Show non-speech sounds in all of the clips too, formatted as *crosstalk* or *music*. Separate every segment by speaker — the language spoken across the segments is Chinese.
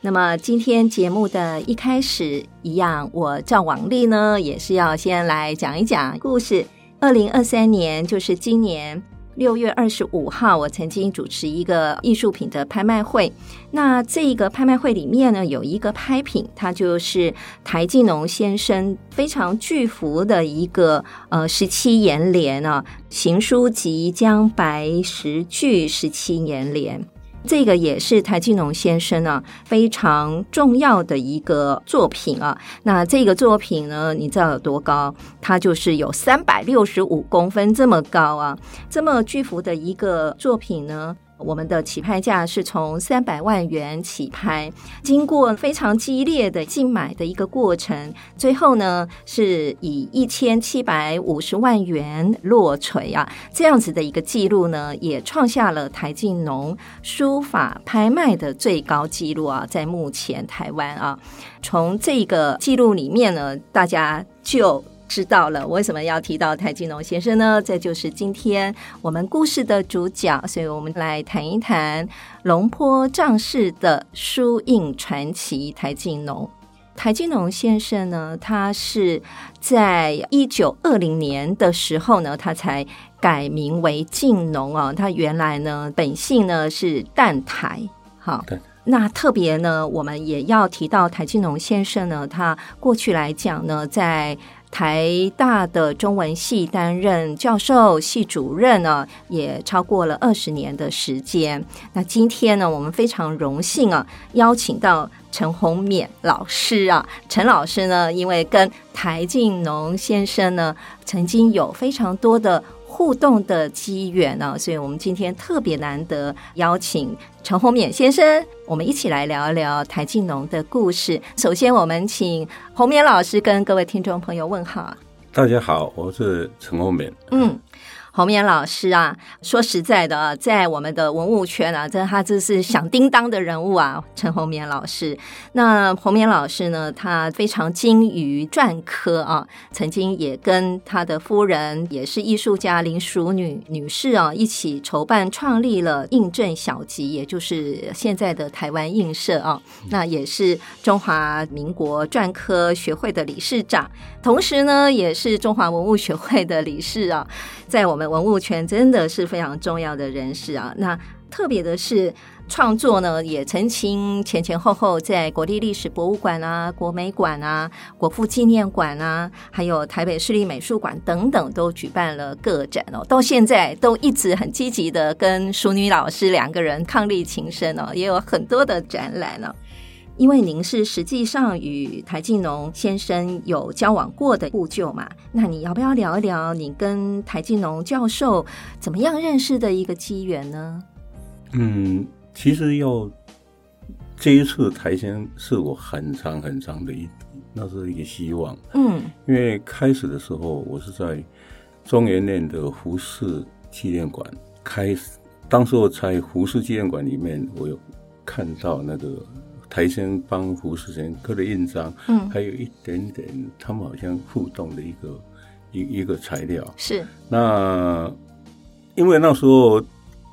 Speaker 1: 那么今天节目的一开始，一样，我照往例呢，也是要先来讲一讲故事。二零二三年，就是今年六月二十五号，我曾经主持一个艺术品的拍卖会。那这个拍卖会里面呢，有一个拍品，它就是台静农先生非常巨幅的一个呃十七言联啊，行书集将白十句十七言联。这个也是台静农先生啊非常重要的一个作品啊。那这个作品呢，你知道有多高？它就是有三百六十五公分这么高啊！这么巨幅的一个作品呢，我们的起拍价是从三百万元起拍，经过非常激烈的竞买的一个过程，最后呢是以一千七百五十万元落锤啊，这样子的一个记录呢，也创下了台静农书法拍卖的最高纪录啊，在目前台湾啊，从这个记录里面呢，大家就。知道了，为什么要提到台金龙先生呢？这就是今天我们故事的主角，所以我们来谈一谈龙坡丈氏的书印传奇台金龙。台金龙先生呢，他是在一九二零年的时候呢，他才改名为静农啊、哦。他原来呢，本姓呢是淡台，好。
Speaker 2: 对
Speaker 1: 那特别呢，我们也要提到台金龙先生呢，他过去来讲呢，在台大的中文系担任教授、系主任呢，也超过了二十年的时间。那今天呢，我们非常荣幸啊，邀请到陈宏勉老师啊，陈老师呢，因为跟台静农先生呢，曾经有非常多的。互动的机缘呢、所以我们今天特别难得邀请陈宏勉先生，我们一起来聊一聊台静农的故事。首先，我们请宏勉老师跟各位听众朋友问好。
Speaker 2: 大家好，我是陈厚勉。
Speaker 1: 嗯，侯勉老师啊，说实在的啊，在我们的文物圈啊，这他这是响叮当的人物啊，陈侯勉老师。那侯勉老师呢，他非常精于篆刻啊，曾经也跟他的夫人，也是艺术家林淑女女士啊，一起筹办创立了印证小集，也就是现在的台湾印社啊。那也是中华民国篆刻学会的理事长，同时呢，也是中华文物学会的理事啊， *laughs* 在我们文物圈真的是非常重要的人士啊。那特别的是，创作呢也曾经前前后后在国立历史博物馆啊、国美馆啊、国父纪念馆啊，还有台北市立美术馆等等，都举办了个展哦。到现在都一直很积极的跟淑女老师两个人伉俪情深哦，也有很多的展览哦。因为您是实际上与台静农先生有交往过的故旧嘛，那你要不要聊一聊你跟台静农教授怎么样认识的一个机缘呢？
Speaker 2: 嗯，其实要接触台先是我很长很长的一，那是一个希望。
Speaker 1: 嗯
Speaker 2: 因为开始的时候，我是在中研院的胡适纪念馆开始，当时我在胡适纪念馆里面，我有看到那个台先帮胡适先刻的印章，
Speaker 1: 嗯，
Speaker 2: 还有一点点他们好像互动的一个一一个材料。
Speaker 1: 是
Speaker 2: 那因为那时候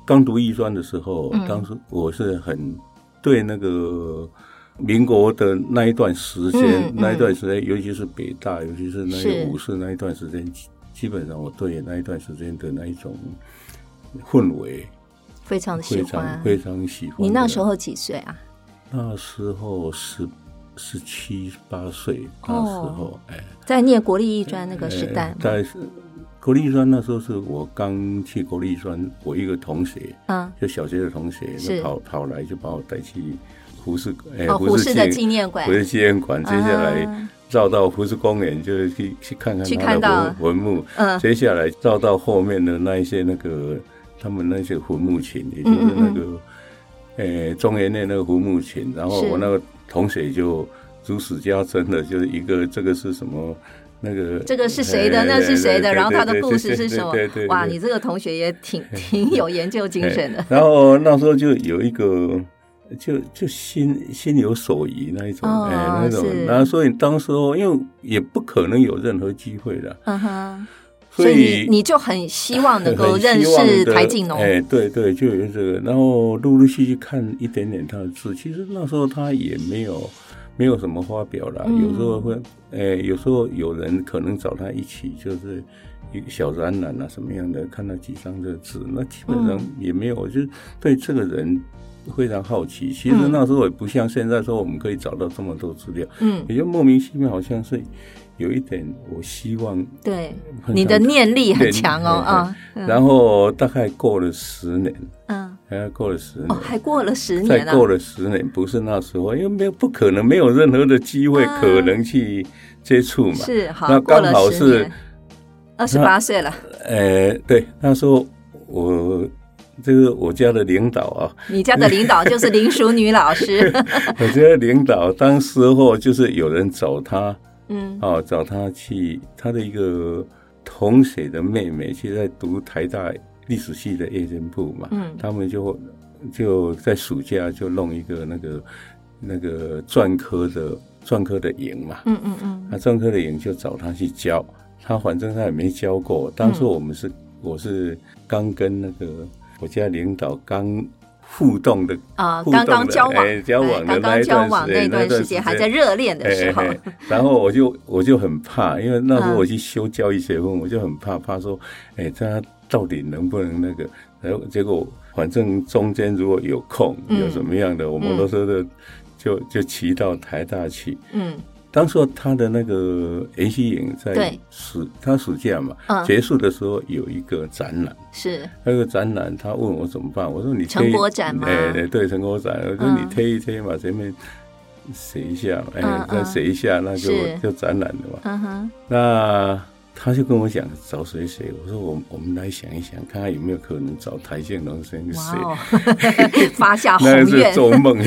Speaker 2: 刚读艺专的时候，
Speaker 1: 嗯
Speaker 2: 当时我是很对那个民国的那一段时间，
Speaker 1: 嗯嗯
Speaker 2: 那一段时间，尤其是北大，尤其是那
Speaker 1: 是
Speaker 2: 个武士那一段时间，基基本上我对那一段时间的那一种氛围
Speaker 1: 非常的喜
Speaker 2: 非
Speaker 1: 欢
Speaker 2: 常。非常喜欢的。
Speaker 1: 你那时候几岁啊？
Speaker 2: 那时候十十七八岁，那时候、
Speaker 1: 哦
Speaker 2: 哎。
Speaker 1: 在念国立艺专那个时代
Speaker 2: 呃
Speaker 1: 吗？
Speaker 2: 在是国立艺专那时候是我刚去国立艺专，我一个同学，
Speaker 1: 嗯，
Speaker 2: 就小学的同学，
Speaker 1: 是
Speaker 2: 就跑跑来就把我带去胡适，哎、
Speaker 1: 哦，胡适的纪
Speaker 2: 纪
Speaker 1: 念馆
Speaker 2: 胡，适纪念馆，接下来
Speaker 1: 啊
Speaker 2: 绕到胡适公园，就是去去看
Speaker 1: 去
Speaker 2: 看
Speaker 1: 看
Speaker 2: 他
Speaker 1: 到
Speaker 2: 的文文物，
Speaker 1: 嗯
Speaker 2: 接下来绕到后面的那一些那个他们那些胡木琴，也
Speaker 1: 嗯
Speaker 2: 就是那个，呃、中原的那个胡木琴，然后
Speaker 1: 是
Speaker 2: 我那个同学就如数家珍的，就是一个这个是什么。那个
Speaker 1: 这个是谁
Speaker 2: 哎
Speaker 1: 的？那是谁的？然后他的故事是什么
Speaker 2: 对对对？哎
Speaker 1: 哇，你这个同学也挺
Speaker 2: *laughs*
Speaker 1: 挺有研究精神的。
Speaker 2: 然后那时候就有一个，就就心心有所疑那一种，
Speaker 1: 哦
Speaker 2: 哎，那种。
Speaker 1: 是
Speaker 2: 然后所以当时候，因为也不可能有任何机会的，
Speaker 1: 嗯哼，
Speaker 2: 所
Speaker 1: 所以你你就很希望能够
Speaker 2: *laughs* 很希
Speaker 1: 认
Speaker 2: 望
Speaker 1: 识
Speaker 2: 的
Speaker 1: 台哦景农。
Speaker 2: 哎，对对，就有这个。然后陆陆续续看一点点他的字，其实那时候他也没有没有什么发表啦，
Speaker 1: 嗯
Speaker 2: 有时候会，哎，有时候有人可能找他一起，就是一个小展览啊什么样的，看到几张这个字，那基本上
Speaker 1: 嗯
Speaker 2: 也没有，就是对这个人。非常好奇，其实
Speaker 1: 嗯
Speaker 2: 那时候也不像现在说我们可以找到这么多资料，
Speaker 1: 嗯，
Speaker 2: 也就莫名其妙，好像是有一点我希望
Speaker 1: 对，
Speaker 2: 碰
Speaker 1: 你的
Speaker 2: 上他
Speaker 1: 念力很强哦啊。
Speaker 2: 然后大概过了十年，
Speaker 1: 嗯，
Speaker 2: 还过了十年，
Speaker 1: 哦，还过了十
Speaker 2: 再
Speaker 1: 年
Speaker 2: 过
Speaker 1: 了。
Speaker 2: 了十年，不是那时候，因为没有不可能，没有任何的机会
Speaker 1: 啊
Speaker 2: 可能去接触嘛。
Speaker 1: 是好，
Speaker 2: 那
Speaker 1: 过
Speaker 2: 刚
Speaker 1: 了
Speaker 2: 好
Speaker 1: 十
Speaker 2: 是
Speaker 1: 年，，二十八岁了，
Speaker 2: 呃，对，那时候我这个我家的领导
Speaker 1: *laughs*
Speaker 2: 啊，
Speaker 1: 你家的领导就是林淑女老
Speaker 2: *laughs*
Speaker 1: 师。
Speaker 2: 我家的领导当时候就是有人找他
Speaker 1: 嗯，
Speaker 2: 啊，找他去他的一个同学的妹妹，现在读台大历史系的夜间部嘛，
Speaker 1: 嗯
Speaker 2: 他们就就在暑假就弄一个那个那个篆刻的篆刻的营嘛，
Speaker 1: 嗯嗯嗯，
Speaker 2: 那篆刻的营就找他去教，他反正他也没教过。当时我们是、我是刚跟那个我家领导刚互动的
Speaker 1: 啊，
Speaker 2: 互动
Speaker 1: 刚
Speaker 2: 的
Speaker 1: 刚交往，
Speaker 2: 哎交往的
Speaker 1: 哎刚
Speaker 2: 那
Speaker 1: 刚
Speaker 2: 一
Speaker 1: 交
Speaker 2: 段
Speaker 1: 往
Speaker 2: 时间
Speaker 1: 那段时
Speaker 2: 间
Speaker 1: 间还在热恋的时候，
Speaker 2: 哎哎哎然后我就我就很怕，因为那时
Speaker 1: 嗯
Speaker 2: 候我去修教育学分，我就很怕，怕说，哎，他到底能不能那个？然后结果反正中间如果有空，
Speaker 1: 嗯
Speaker 2: 有什么样的，我们都说的，就就骑到台大去。
Speaker 1: 嗯
Speaker 2: 当时候他的那个研习营在
Speaker 1: 对
Speaker 2: 暑，他暑假嘛，
Speaker 1: 嗯，
Speaker 2: 结束的时候有一个展览。
Speaker 1: 是
Speaker 2: 那个展览，他问我怎么办，我说你
Speaker 1: 成果展吗
Speaker 2: 哎、对对，成果展，我说
Speaker 1: 嗯
Speaker 2: 你贴一贴嘛，前面写一下，哎、
Speaker 1: 嗯
Speaker 2: 再
Speaker 1: 嗯
Speaker 2: 写一下，那就是就展览了嘛。
Speaker 1: 嗯哼，
Speaker 2: 那他就跟我讲找谁谁，我说我我们来想一想，看看有没有可能找台县农生谁
Speaker 1: 哇，
Speaker 2: *laughs*
Speaker 1: 哦， *laughs* 发下宏
Speaker 2: 那个是
Speaker 1: 愿，
Speaker 2: 做
Speaker 1: *laughs*
Speaker 2: 梦。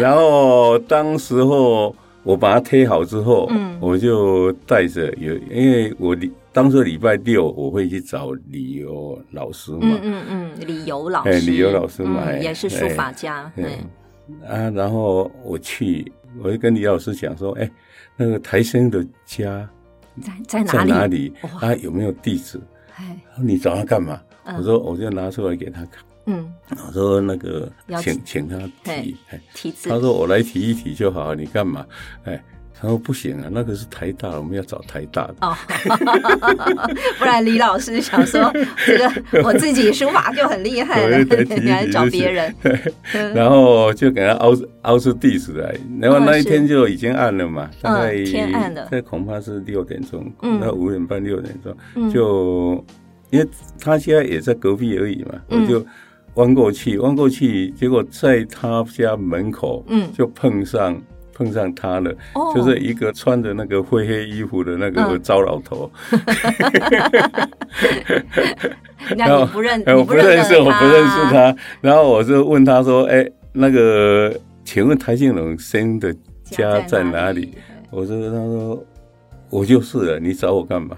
Speaker 2: 然后当时候我把它贴好之后，
Speaker 1: 嗯
Speaker 2: 我就带着有，因为我礼当时礼拜六我会去找旅游老师嘛，
Speaker 1: 嗯嗯嗯，理由老
Speaker 2: 哎
Speaker 1: 师，
Speaker 2: 理由老师嘛哎
Speaker 1: 嗯，也是书法家，
Speaker 2: 哎
Speaker 1: 对，
Speaker 2: 啊，然后我去，我就跟李老师讲说，哎，那个台生的家
Speaker 1: 在在
Speaker 2: 哎在
Speaker 1: 哪里？
Speaker 2: 哪里？
Speaker 1: 哇
Speaker 2: 啊，有没有地址？
Speaker 1: 哎，
Speaker 2: 他说你找他干嘛？
Speaker 1: 嗯
Speaker 2: 我说我就拿出来给他看，
Speaker 1: 嗯，
Speaker 2: 我说那个
Speaker 1: 要
Speaker 2: 请请他提，哎
Speaker 1: 题字
Speaker 2: 他，说我来提一提就好，你干嘛？哎，他说不行啊，那个是台大，我们要找台大的。
Speaker 1: 哦，不然李老师想
Speaker 2: *laughs*
Speaker 1: 说，这个我自己书法就很厉害了，
Speaker 2: 我就在提
Speaker 1: *laughs* 你还找
Speaker 2: 提
Speaker 1: 别人，嗯
Speaker 2: 然后就给他凹凹出地址来，然后
Speaker 1: 嗯
Speaker 2: 那一
Speaker 1: 是
Speaker 2: 天就已经暗了嘛，大概
Speaker 1: 哦嗯天暗了
Speaker 2: 这恐怕是六点钟，
Speaker 1: 嗯
Speaker 2: 那五点半六点
Speaker 1: 嗯
Speaker 2: 钟就，因为他现在也在隔壁而已嘛，
Speaker 1: 嗯
Speaker 2: 我就弯过去，弯过去，结果在他家门口，
Speaker 1: 嗯
Speaker 2: 就碰上。碰上他了，
Speaker 1: 哦
Speaker 2: 就是一个穿着那个灰黑衣服的那个
Speaker 1: 嗯
Speaker 2: 糟老头，
Speaker 1: 那你不认，呃
Speaker 2: 哎，
Speaker 1: 你
Speaker 2: 我不认识，
Speaker 1: 得
Speaker 2: 我不认识，他。然后我就问他说：“哎，那个，请问台信龙生的家在哪里？”？我就跟他说：“我就是了，你找我干嘛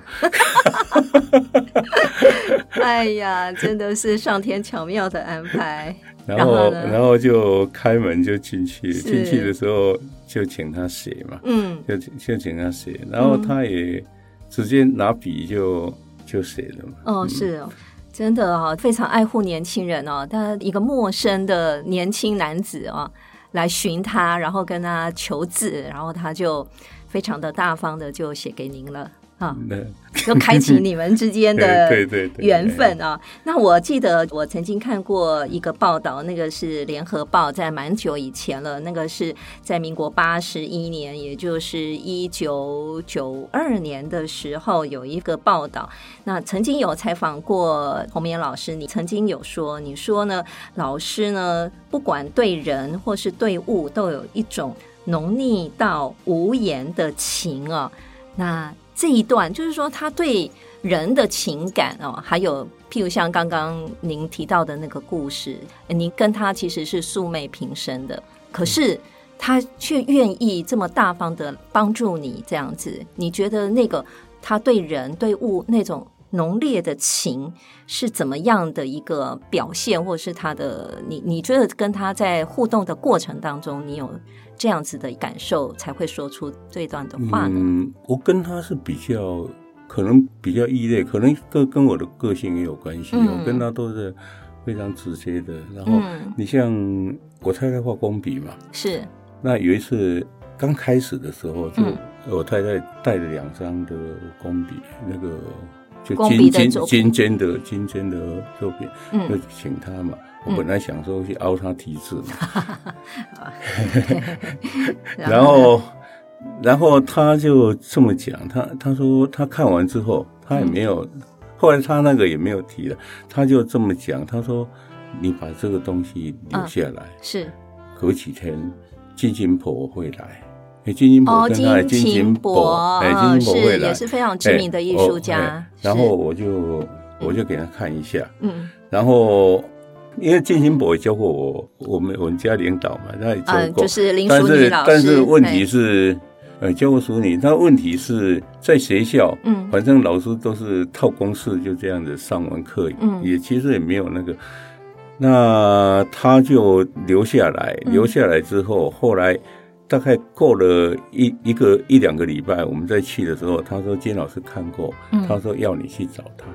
Speaker 1: 哎呀，真的是上天巧妙的安排。？”
Speaker 2: 然后，
Speaker 1: 然后呢
Speaker 2: 然后就开门就进去，
Speaker 1: 是
Speaker 2: 进去的时候就请他写嘛，
Speaker 1: 嗯，
Speaker 2: 就就请他写，然后他也直接拿笔就就写了嘛。
Speaker 1: 哦，是哦。真的啊、非常爱护年轻人哦。他一个陌生的年轻男子哦，来寻他，然后跟他求字，然后他就非常的大方的就写给您
Speaker 2: *laughs*
Speaker 1: 了啊，
Speaker 2: 那
Speaker 1: 就开启你们之间的
Speaker 2: 对对对
Speaker 1: 缘分啊。那我记得我曾经看过一个报道，那个是《联合报》，在蛮久以前了，那个是在民国八十一年，也就是一九九二年的时候有一个报道。那曾经有采访过洪绵老师，你曾经有说，你说呢，老师呢，不管对人或是对物，都有一种浓腻到无言的情啊。那这一段就是说，他对人的情感哦，还有譬如像刚刚您提到的那个故事，呃您跟他其实是素昧平生的，可是他却愿意这么大方的帮助你，这样子，你觉得那个他对人对物那种浓烈的情是怎么样的一个表现，或者是他的你你觉得跟他在互动的过程当中，你有这样子的感受，才会说出这段的话呢？
Speaker 2: 嗯，我跟他是比较，可能比较异类，可能跟跟我的个性也有关系。
Speaker 1: 嗯
Speaker 2: 我跟他都是非常直接的。然后
Speaker 1: 嗯，
Speaker 2: 你像我太太画工笔嘛，
Speaker 1: 是，
Speaker 2: 那有一次刚开始的时候，就
Speaker 1: 嗯
Speaker 2: 我太太带了两张的工笔，那个就
Speaker 1: 工笔的
Speaker 2: 金金
Speaker 1: 作品
Speaker 2: 金尖的金尖的作品，就
Speaker 1: 嗯，
Speaker 2: 请他嘛。
Speaker 1: 嗯
Speaker 2: 我本来想说去凹他题字嘛，
Speaker 1: *laughs* 然
Speaker 2: 然后，然后他就这么讲，他他说他看完之后，他也没有，
Speaker 1: 嗯
Speaker 2: 后来他那个也没有提了，他就这么讲，他说你把这个东西留下来，
Speaker 1: 是
Speaker 2: 隔几天金金婆会来，哎，金金婆
Speaker 1: 哦，
Speaker 2: 跟他的金
Speaker 1: 金
Speaker 2: 婆，
Speaker 1: 箔啊
Speaker 2: 哎，金金婆会
Speaker 1: 是
Speaker 2: 来
Speaker 1: 也，是非常知名的艺术
Speaker 2: 哎
Speaker 1: 家
Speaker 2: 哦哎。然后
Speaker 1: 是，
Speaker 2: 我就我就给他看一下，
Speaker 1: 嗯
Speaker 2: 然后因为金金婆也教过我，我们我们家领导嘛，他也教
Speaker 1: 嗯，
Speaker 2: 过
Speaker 1: 就，是林
Speaker 2: 但
Speaker 1: 淑女
Speaker 2: 是
Speaker 1: 老师，
Speaker 2: 但是问
Speaker 1: 哎
Speaker 2: 题是，呃，教过淑女，但问题是在学校，
Speaker 1: 嗯
Speaker 2: 反正老师都是套公式，就这样子上完课，
Speaker 1: 嗯
Speaker 2: 也其实也没有那个。那他就留下来，
Speaker 1: 嗯
Speaker 2: 留下来之后，后来大概过了一一个一两个礼拜，我们再去的时候，他说金老师看过，
Speaker 1: 嗯
Speaker 2: 他说要你去找他，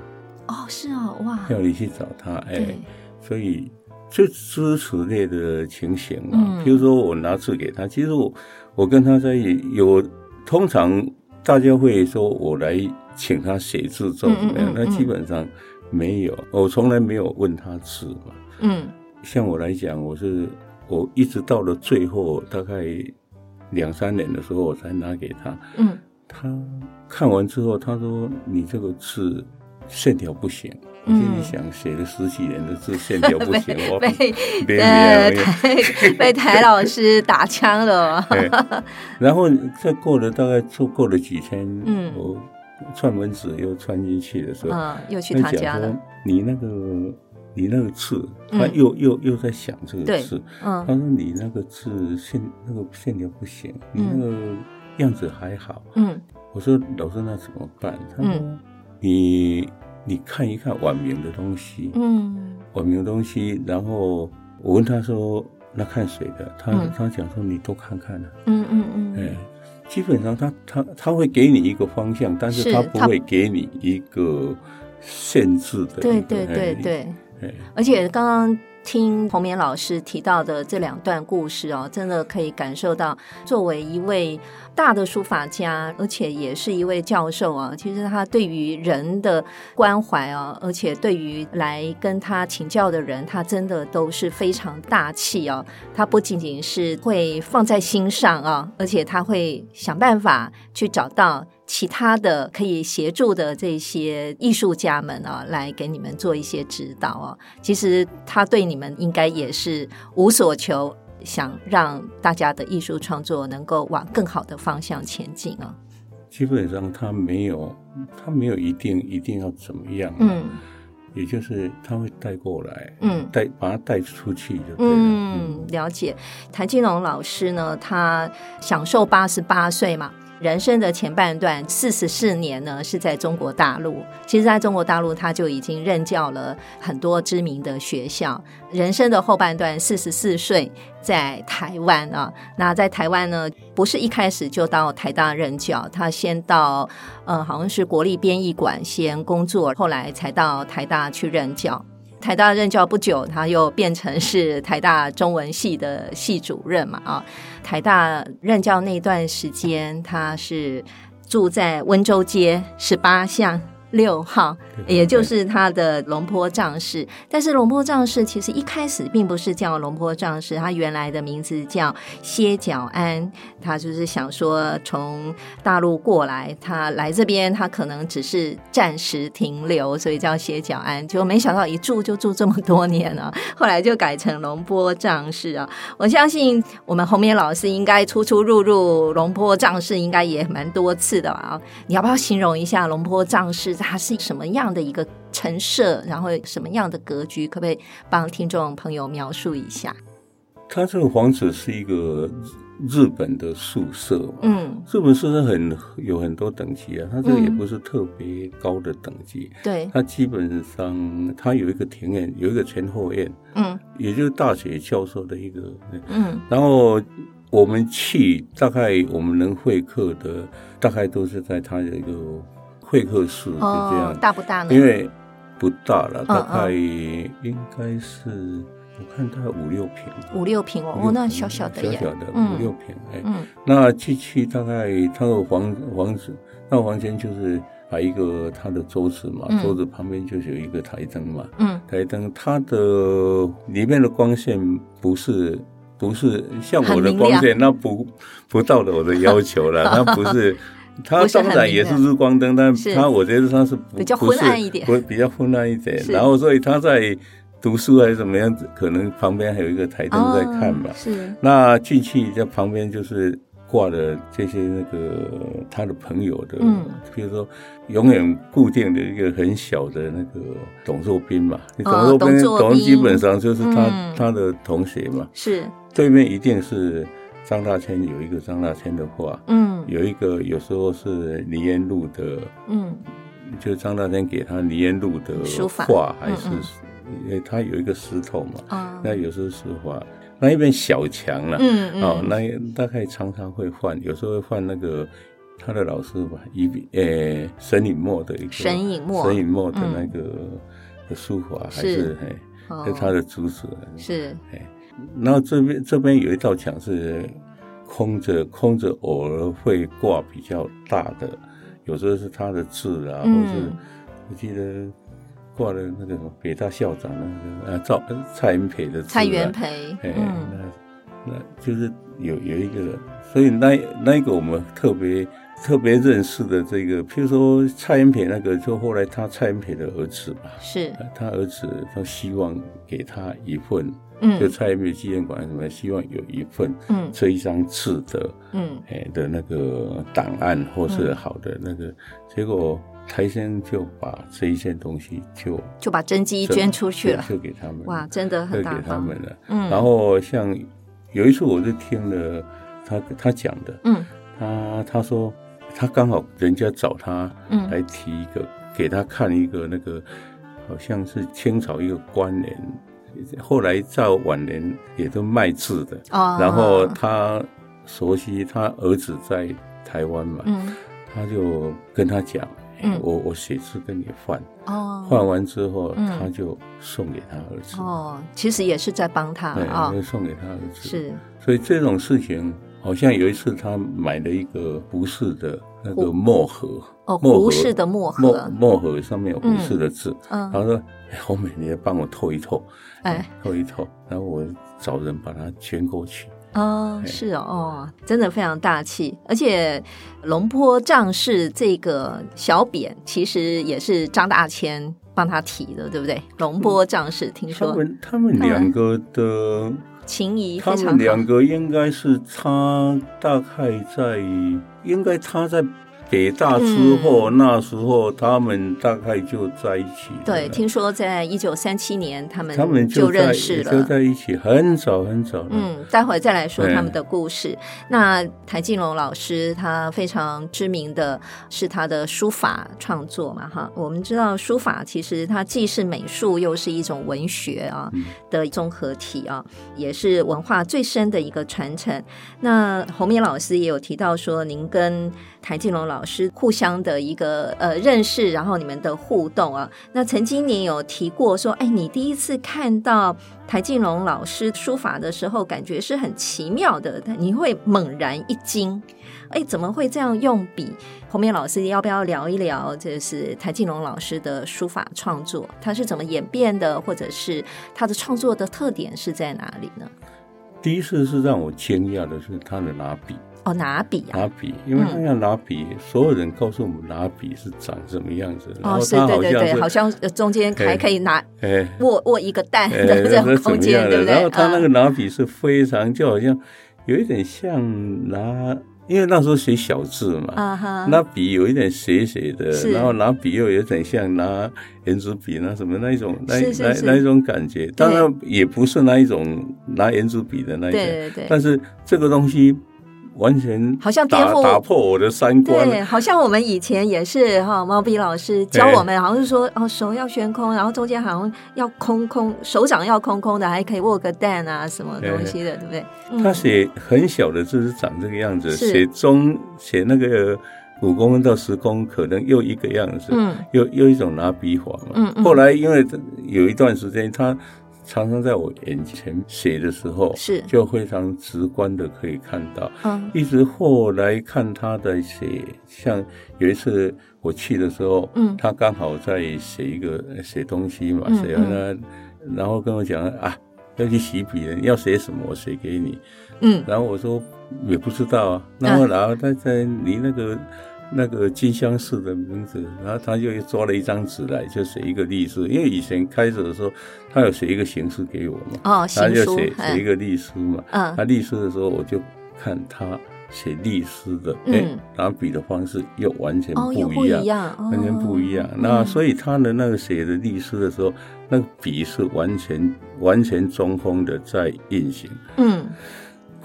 Speaker 1: 哦，是哦，哇，
Speaker 2: 要你去找他，哎、
Speaker 1: 对，
Speaker 2: 所以这支持类的情形啊
Speaker 1: 嗯，
Speaker 2: 比如说我拿字给他，其实我我跟他在有通常大家会说我来请他写字做怎么样，
Speaker 1: 嗯嗯嗯
Speaker 2: 那基本上没有，我从来没有问他字嘛。
Speaker 1: 嗯
Speaker 2: 像我来讲，我是我一直到了最后大概两三年的时候，我才拿给他， *laughs*
Speaker 1: 嗯，
Speaker 2: 他看完之后，他说：“你这个字线条不行。”我
Speaker 1: 嗯
Speaker 2: 心里想，写了十几年的字，线条不行，哦
Speaker 1: *laughs*
Speaker 2: 我
Speaker 1: 被
Speaker 2: 别
Speaker 1: 呃
Speaker 2: 别。
Speaker 1: 台被台老师打枪了，
Speaker 2: *laughs* 哎然后再过了大概做过了几天，
Speaker 1: 嗯
Speaker 2: 我串门子又穿进去的时候，
Speaker 1: 嗯，又去
Speaker 2: 他
Speaker 1: 他
Speaker 2: 讲
Speaker 1: 家
Speaker 2: 说
Speaker 1: 了，：“
Speaker 2: 你那个你那个字，
Speaker 1: 嗯
Speaker 2: 他又又又在想这个
Speaker 1: 对
Speaker 2: 字。他
Speaker 1: 嗯
Speaker 2: 说你那个字线那个线条不行，你那个样子还好。”
Speaker 1: 嗯
Speaker 2: 我说老师那怎么办？他说、
Speaker 1: 嗯
Speaker 2: 你你看一看晚明的东西，
Speaker 1: 嗯
Speaker 2: 晚明的东西。然后我问他说那看谁的？他、
Speaker 1: 嗯
Speaker 2: 他讲说你多看看啊。
Speaker 1: 嗯嗯
Speaker 2: 哎
Speaker 1: 嗯，
Speaker 2: 基本上他他他会给你一个方向，但
Speaker 1: 是
Speaker 2: 是他不
Speaker 1: 他
Speaker 2: 会给你一个限制的一个。
Speaker 1: 对对对
Speaker 2: 哎。
Speaker 1: 对，
Speaker 2: 哎
Speaker 1: 而且刚刚。听彭明老师提到的这两段故事哦，真的可以感受到，作为一位大的书法家，而且也是一位教授啊，其实他对于人的关怀啊，而且对于来跟他请教的人，他真的都是非常大气哦、他不仅仅是会放在心上啊，而且他会想办法去找到其他的可以协助的这些艺术家们啊，来给你们做一些指导啊。其实他对你们应该也是无所求，想让大家的艺术创作能够往更好的方向前进啊。
Speaker 2: 基本上他没有，他没有一定一定要怎么样、啊
Speaker 1: 嗯，
Speaker 2: 也就是他会带过来，
Speaker 1: 嗯
Speaker 2: 带把他带出去就对了。
Speaker 1: 嗯，了解。谭金龙老师呢，他享受八十八岁嘛，人生的前半段四十四年呢是在中国大陆。其实，在中国大陆他就已经任教了很多知名的学校。人生的后半段四十四岁在台湾啊，那在台湾呢，不是一开始就到台大任教，他先到呃好像是国立编译馆先工作，后来才到台大去任教。台大任教不久，他又变成是台大中文系的系主任嘛啊。台大任教那段时间，他是住在温州街十八巷六号，
Speaker 2: 对
Speaker 1: 也就是他的龙坡藏室。但是龙坡藏室其实一开始并不是叫龙坡藏室，它原来的名字叫歇脚庵。他就是想说从大陆过来，他来这边他可能只是暂时停留，所以叫歇脚庵。结果没想到一住就住这么多年了、后来就改成龙坡藏室啊。我相信我们红棉老师应该出出入入龙坡藏室，应该也蛮多次的啊。你要不要形容一下龙坡藏室它是什么样的一个陈设，然后什么样的格局？可不可
Speaker 2: 哎
Speaker 1: 以帮听众朋友描述一下？
Speaker 2: 它这个房子是一个日本的宿舍嘛，
Speaker 1: 嗯，
Speaker 2: 日本宿舍很有很多等级啊，它这个也
Speaker 1: 嗯
Speaker 2: 不是特别高的等级，
Speaker 1: 对，
Speaker 2: 它基本上它有一个庭院，有一个前后院，
Speaker 1: 嗯
Speaker 2: 也就是大学教授的一个。
Speaker 1: 嗯
Speaker 2: 然后我们去，大概我们能会客的，大概都是在它的一个会客室，嗯就这样
Speaker 1: 哦，，大不大呢？
Speaker 2: 因为不大了，
Speaker 1: 嗯
Speaker 2: 大概应该是我看它五六平。
Speaker 1: 五六平哦，哦，那小小的耶，
Speaker 2: 小小的
Speaker 1: 嗯
Speaker 2: 五六平，哎，
Speaker 1: 嗯
Speaker 2: 那去去大概他的房房子，那房间就是摆一个他的桌子嘛，
Speaker 1: 嗯
Speaker 2: 桌子旁边就是有一个台灯嘛，
Speaker 1: 嗯
Speaker 2: 台灯它的里面的光线不是不是像我
Speaker 1: 很
Speaker 2: 的
Speaker 1: 明
Speaker 2: 光
Speaker 1: 亮
Speaker 2: 线，那不不到了我的要求了，
Speaker 1: *laughs*
Speaker 2: 它不是。它
Speaker 1: 不是
Speaker 2: 当
Speaker 1: 很
Speaker 2: 然也是
Speaker 1: 明
Speaker 2: 日光灯，但
Speaker 1: 是
Speaker 2: 它我觉得它是不
Speaker 1: 比较
Speaker 2: 不是
Speaker 1: 昏暗一点
Speaker 2: 不比较昏暗一点。
Speaker 1: 是
Speaker 2: 然后所以他在读书还是怎么样，可能旁边还有一个台灯在看吧
Speaker 1: 哦。是，
Speaker 2: 那进去在旁边就是挂了这些那个他的朋友的，
Speaker 1: 嗯，
Speaker 2: 比如说永远固定的一个很小的那个董作宾嘛，董作
Speaker 1: 啊董
Speaker 2: 宾
Speaker 1: 作
Speaker 2: 董
Speaker 1: 宾
Speaker 2: 基本上就是他、
Speaker 1: 嗯
Speaker 2: 他的同学嘛，
Speaker 1: 是，
Speaker 2: 对面一定是张大千有一个张大千的画，
Speaker 1: 嗯
Speaker 2: 有一个有时候是黎烟路的，
Speaker 1: 嗯
Speaker 2: 就张大千给他黎烟路的
Speaker 1: 书法
Speaker 2: 画，还是
Speaker 1: 嗯
Speaker 2: 因为他有一个石头嘛，
Speaker 1: 啊，
Speaker 2: 那有时候是画那一边小强了、
Speaker 1: 嗯嗯
Speaker 2: 哦，那也大概常常会换，有时候会换那个他的老师吧，一呃沈尹默的一个
Speaker 1: 沈尹默
Speaker 2: 沈尹默的那个的书法还
Speaker 1: 嗯是
Speaker 2: 是嘿，
Speaker 1: 哦
Speaker 2: 是他的主旨。
Speaker 1: 是
Speaker 2: 然后这边这边有一道墙是空着，空着偶尔会挂比较大的，有时候是他的字啊，
Speaker 1: 嗯
Speaker 2: 或是我记得。挂了那个什么北大校长那个呃赵呃蔡元培的字啊
Speaker 1: 蔡元培，
Speaker 2: 哎，
Speaker 1: 嗯
Speaker 2: 那那就是有有一个，所以那那一个我们特别特别认识的这个，譬如说蔡元培那个，就后来他蔡元培的儿子吧，
Speaker 1: 是，
Speaker 2: 呃他儿子他希望给他一份，就
Speaker 1: 嗯
Speaker 2: 蔡元培纪念馆什么，希望有一份
Speaker 1: 嗯
Speaker 2: 这一张字的，
Speaker 1: 嗯
Speaker 2: 哎的那个档案或是好的那个，结果台生就把这一件东西就
Speaker 1: 就把真迹捐出去了，
Speaker 2: 就就给他们，
Speaker 1: 哇，真的
Speaker 2: 就
Speaker 1: 很
Speaker 2: 给
Speaker 1: 大
Speaker 2: 他
Speaker 1: 方，
Speaker 2: 们了。
Speaker 1: 嗯，
Speaker 2: 然后像有一次我就听了他他讲的，
Speaker 1: 嗯
Speaker 2: 他他说他刚好人家找他
Speaker 1: 嗯
Speaker 2: 来提一个，给他看一个那个好像是清朝一个官员，后来到晚年也都卖字的，
Speaker 1: 哦，
Speaker 2: 然后他熟悉他儿子在台湾嘛，
Speaker 1: 嗯
Speaker 2: 他就跟他讲。哎
Speaker 1: 嗯
Speaker 2: 我我写字跟你换，
Speaker 1: 哦
Speaker 2: 换完之后、
Speaker 1: 嗯
Speaker 2: 他就送给他儿子，
Speaker 1: 哦，其实也是在帮他
Speaker 2: 对，
Speaker 1: 啊
Speaker 2: 就，送给他儿子。
Speaker 1: 是
Speaker 2: 所以这种事情，好像有一次他买了一个胡适的那个墨盒，
Speaker 1: 哦，
Speaker 2: 墨盒
Speaker 1: 胡适的墨
Speaker 2: 墨
Speaker 1: 盒，
Speaker 2: 墨盒上面有胡适的字，
Speaker 1: 嗯
Speaker 2: 他说：“哎，红美，你帮我透一透，
Speaker 1: 哎，
Speaker 2: 透一透。”然后我找人把它捐过去。
Speaker 1: 哦，
Speaker 2: 哎
Speaker 1: 是哦，哦，真的非常大气，而且龙坡丈士这个小匾其实也是张大千帮他提的，对不对？龙坡丈士听
Speaker 2: 他
Speaker 1: 说嗯
Speaker 2: 们他们两个的，
Speaker 1: 情谊非
Speaker 2: 他
Speaker 1: 常
Speaker 2: 们两
Speaker 1: 好，
Speaker 2: 个应该是他大概在，应该他在北大之后，
Speaker 1: 嗯
Speaker 2: 那时候他们大概就在一起了。
Speaker 1: 对，听说在一九三七年他们
Speaker 2: 他们
Speaker 1: 就
Speaker 2: 在
Speaker 1: 认识
Speaker 2: 就
Speaker 1: 了。
Speaker 2: 在一起，很早很早了。
Speaker 1: 嗯，待会儿再来说
Speaker 2: 对
Speaker 1: 他们的故事。那台静龙老师他非常知名的是他的书法创作嘛，哈，我们知道书法其实它既是美术，又是一种文学啊
Speaker 2: 嗯
Speaker 1: 的综合体啊，也是文化最深的一个传承。那侯明老师也有提到说，您跟台静龙老师互相的一个呃认识，然后你们的互动啊。那曾经你有提过说，哎，你第一次看到台静龙老师书法的时候，感觉是很奇妙的，但你会猛然一惊，哎，怎么会这样用笔？侯明老师要不要聊一聊，就是台静龙老师的书法创作，他是怎么演变的，或者是他的创作的特点是在哪里呢？
Speaker 2: 第一次是让我惊讶的是他的拿笔，
Speaker 1: 哦，拿笔啊，
Speaker 2: 拿笔，因为他要拿笔，所有人告诉我们拿笔是长什么样子，然
Speaker 1: 哦，
Speaker 2: 后
Speaker 1: 是
Speaker 2: 他
Speaker 1: 对对
Speaker 2: 呃好像
Speaker 1: 对，
Speaker 2: 是
Speaker 1: 好像呃中间还
Speaker 2: 哎
Speaker 1: 可以拿 *laughs*
Speaker 2: 哎
Speaker 1: 握握一个蛋
Speaker 2: 哎，
Speaker 1: 的这种
Speaker 2: 那怎
Speaker 1: 空
Speaker 2: 么
Speaker 1: 间，
Speaker 2: 样
Speaker 1: 对
Speaker 2: 的？
Speaker 1: 不对？
Speaker 2: 然后他那个
Speaker 1: 嗯
Speaker 2: 拿笔是非常，就好像有一点像拿，因为那时候写小字嘛。
Speaker 1: 啊哈，
Speaker 2: 那笔有一点斜斜的
Speaker 1: 是，
Speaker 2: 然后拿笔又有点像拿圆珠笔那什么那一种那
Speaker 1: 是是
Speaker 2: 那
Speaker 1: 是
Speaker 2: 那一种感觉，当然也不是那一种拿圆珠笔的那一种，
Speaker 1: 对对对，
Speaker 2: 但是这个东西完全
Speaker 1: 好像颠
Speaker 2: 打
Speaker 1: 覆
Speaker 2: 打破我的三观
Speaker 1: 对，嗯好像我们以前也是哈，毛笔老师教我
Speaker 2: 哎
Speaker 1: 们，好像是说哦，手要悬空，然后中间好像要空空，手掌要空空的，还可以握个蛋啊，什么东西
Speaker 2: 哎
Speaker 1: 的，对不对？嗯
Speaker 2: 他写很小的字是长这个样子，
Speaker 1: 是
Speaker 2: 写中写那个五公分到十公，可能又一个样子，
Speaker 1: 嗯
Speaker 2: 又又一种拿笔法嘛。
Speaker 1: 嗯嗯
Speaker 2: 后来因为有一段时间，他常常在我眼前写的时候，
Speaker 1: 是
Speaker 2: 就非常直观的可以看到。
Speaker 1: 嗯
Speaker 2: 一直后来看他的写，像有一次我去的时候，
Speaker 1: 嗯
Speaker 2: 他刚好在写一个写东西嘛，
Speaker 1: 嗯
Speaker 2: 写完了，然后跟我讲啊，要去洗笔了，你要写什么我写给你。
Speaker 1: 嗯
Speaker 2: 然后我说也不知道啊，然后然后他在你那个那个金香寺的名字，然后他就抓了一张纸来，就写一个例书，因为以前开始的时候，他有写一个形式给我嘛，
Speaker 1: 哦，
Speaker 2: 他
Speaker 1: 行
Speaker 2: 就
Speaker 1: 书
Speaker 2: 写，写一
Speaker 1: 嗯
Speaker 2: 个例书嘛，
Speaker 1: 嗯
Speaker 2: 他律师的时候，我就看他写律师的，
Speaker 1: 嗯
Speaker 2: 哎、拿笔的方式又完全
Speaker 1: 哦，又
Speaker 2: 不
Speaker 1: 不
Speaker 2: 一样，
Speaker 1: 一样，哦嗯
Speaker 2: 完全不一样。那所以他的那个写的律师的时候，那个笔是完全完全中锋的在运行。
Speaker 1: 嗯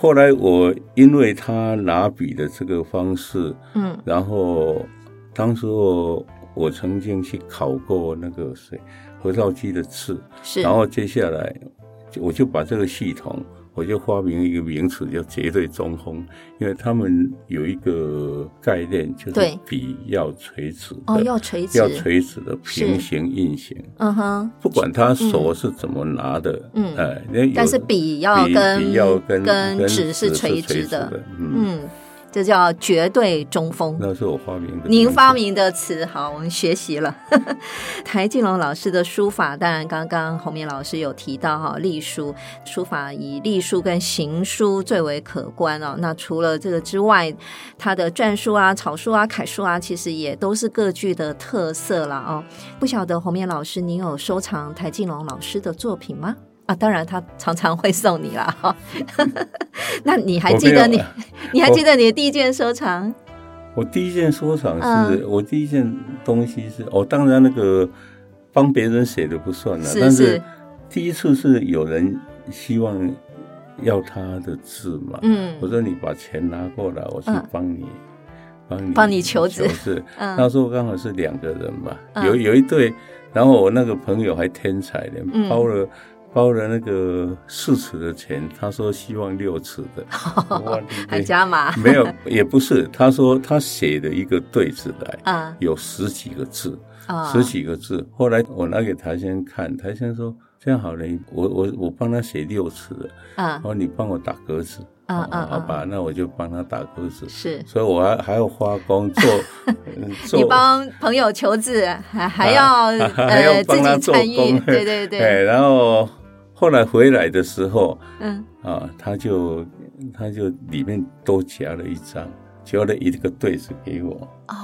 Speaker 2: 后来我因为他拿笔的这个方式，
Speaker 1: 嗯
Speaker 2: 然后当时候我曾经去考过那个谁何兆基的刺，
Speaker 1: 是，
Speaker 2: 然后接下来就我就把这个系统，我就发明一个名词叫绝对中锋，因为他们有一个概念，就是
Speaker 1: 对
Speaker 2: 笔要垂直的，
Speaker 1: 哦要垂直
Speaker 2: 要垂直的平
Speaker 1: 是
Speaker 2: 行运行，
Speaker 1: 嗯哼，
Speaker 2: 不管他手是怎么拿的，
Speaker 1: 嗯
Speaker 2: 哎，那有
Speaker 1: 但是笔要
Speaker 2: 笔
Speaker 1: 跟
Speaker 2: 笔要跟
Speaker 1: 跟纸
Speaker 2: 是
Speaker 1: 是垂
Speaker 2: 直
Speaker 1: 直的，
Speaker 2: 嗯，
Speaker 1: 嗯，这叫绝对中锋。
Speaker 2: 那是我发明的，
Speaker 1: 您发。明的词，好，我们学习了。 *laughs* 台静龙老师的书法，当然刚刚洪明老师有提到哈，隶书书法以隶书跟行书最为可观哦。那除了这个之外，它的篆书啊、草书啊、楷书啊，其实也都是各具的特色了哦。不晓得洪明老师，您有收藏台静龙老师的作品吗？啊，当然，他常常会送你啦。哈 *laughs* 那你还记得
Speaker 2: 我没
Speaker 1: 你
Speaker 2: 有？
Speaker 1: 你还记得你的第一件收藏？
Speaker 2: 我第一件收藏
Speaker 1: 嗯
Speaker 2: 是、我第一件东西是哦，当然那个帮别人写的不算了，
Speaker 1: 是
Speaker 2: 但
Speaker 1: 是
Speaker 2: 是第一次是有人希望要他的字嘛，
Speaker 1: 嗯
Speaker 2: 我说你把钱拿过来，我去
Speaker 1: 嗯
Speaker 2: 帮你。帮你
Speaker 1: 帮你求字
Speaker 2: 字，
Speaker 1: *laughs* 嗯
Speaker 2: 那时候刚好是两个人嘛，
Speaker 1: 嗯
Speaker 2: 有有一对，然后我那个朋友还天才的，
Speaker 1: 嗯
Speaker 2: 包了包了那个四尺的钱，他说希望六尺
Speaker 1: *laughs*
Speaker 2: 的，哇
Speaker 1: 还加码？
Speaker 2: *laughs* 没有，也不是。他说他写了一个对子来，
Speaker 1: 啊
Speaker 2: 有十几个字，
Speaker 1: 啊，
Speaker 2: 十几个字。后来我拿给台先看，台先说这样好了，我我我帮他写六次了，
Speaker 1: 啊
Speaker 2: 然后你帮我打格子，
Speaker 1: 啊啊
Speaker 2: 哦好
Speaker 1: 啊！
Speaker 2: 吧，那我就帮他打格子。
Speaker 1: 是
Speaker 2: 所以我还还要花工
Speaker 1: *laughs*
Speaker 2: 做，嗯
Speaker 1: 你
Speaker 2: 做
Speaker 1: 帮朋友求字，
Speaker 2: *laughs*
Speaker 1: 还还要
Speaker 2: 啊还要
Speaker 1: 呃自
Speaker 2: 帮他
Speaker 1: 己
Speaker 2: 做
Speaker 1: 参与，
Speaker 2: 工
Speaker 1: 对对对，
Speaker 2: 哎，然后后来回来的时候
Speaker 1: 嗯
Speaker 2: 啊，他就他就里面多夹了一张，夹了一个对子给我，
Speaker 1: 哦，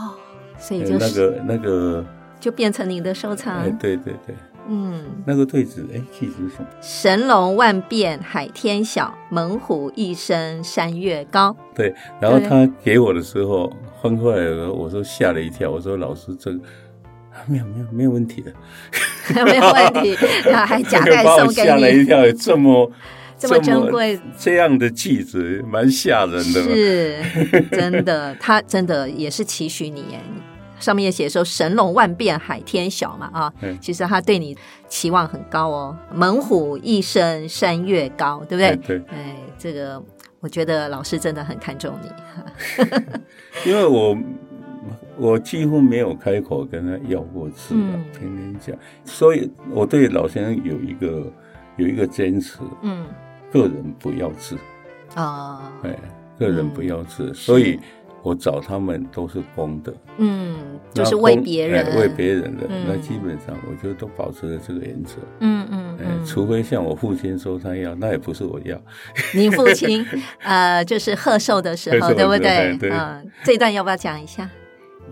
Speaker 1: 所以
Speaker 2: 呃
Speaker 1: 就
Speaker 2: 那
Speaker 1: 是啊
Speaker 2: 个那个，
Speaker 1: 就变成您的收
Speaker 2: 哎，
Speaker 1: 藏，
Speaker 2: 对对对，
Speaker 1: 嗯，
Speaker 2: 那个对子，哎，记住什么？
Speaker 1: 神龙万变海天小，猛虎一声山越高， *laughs*
Speaker 2: 对，然后
Speaker 1: 对
Speaker 2: 他给我的时候翻过来的时候，我说吓了一跳，我说老师这个。啊没有没有没有问题的，
Speaker 1: 没有问
Speaker 2: *laughs*
Speaker 1: 题，然后还夹带
Speaker 2: 把我
Speaker 1: 送
Speaker 2: 吓了
Speaker 1: 给
Speaker 2: 一
Speaker 1: 你，
Speaker 2: 跳，这么
Speaker 1: 这么珍贵，
Speaker 2: 这样的句子蛮吓人的嘛。
Speaker 1: 是真的， *laughs* 他真的也是期许你耶。上面也写说“神龙万变，海天小”嘛啊
Speaker 2: 嗯，
Speaker 1: 其实他对你期望很高哦。猛虎一声山越高，对不对？
Speaker 2: 哎对，
Speaker 1: 哎，这个我觉得老师真的很看重你。
Speaker 2: 因为我我几乎没有开口跟他要过啊字了
Speaker 1: 嗯，
Speaker 2: 天天讲，所以我对老先生有一个有一个坚持，
Speaker 1: 嗯
Speaker 2: 个人不要字。
Speaker 1: 啊，
Speaker 2: 哎，个人不要吃，所以我找他们都是公的，
Speaker 1: 嗯，就
Speaker 2: 那
Speaker 1: 是为
Speaker 2: 公
Speaker 1: 别人，
Speaker 2: 哎为别人的，
Speaker 1: 嗯
Speaker 2: 那基本上我就都保持了这个原则。
Speaker 1: 嗯嗯
Speaker 2: 哎，
Speaker 1: 嗯，
Speaker 2: 除非像我父亲说他要，那也不是我要。
Speaker 1: 你父亲呃，就是贺寿的时候，
Speaker 2: 贺寿的
Speaker 1: 对不
Speaker 2: 时
Speaker 1: 对
Speaker 2: 候？对
Speaker 1: 嗯，这一段要不要讲一下？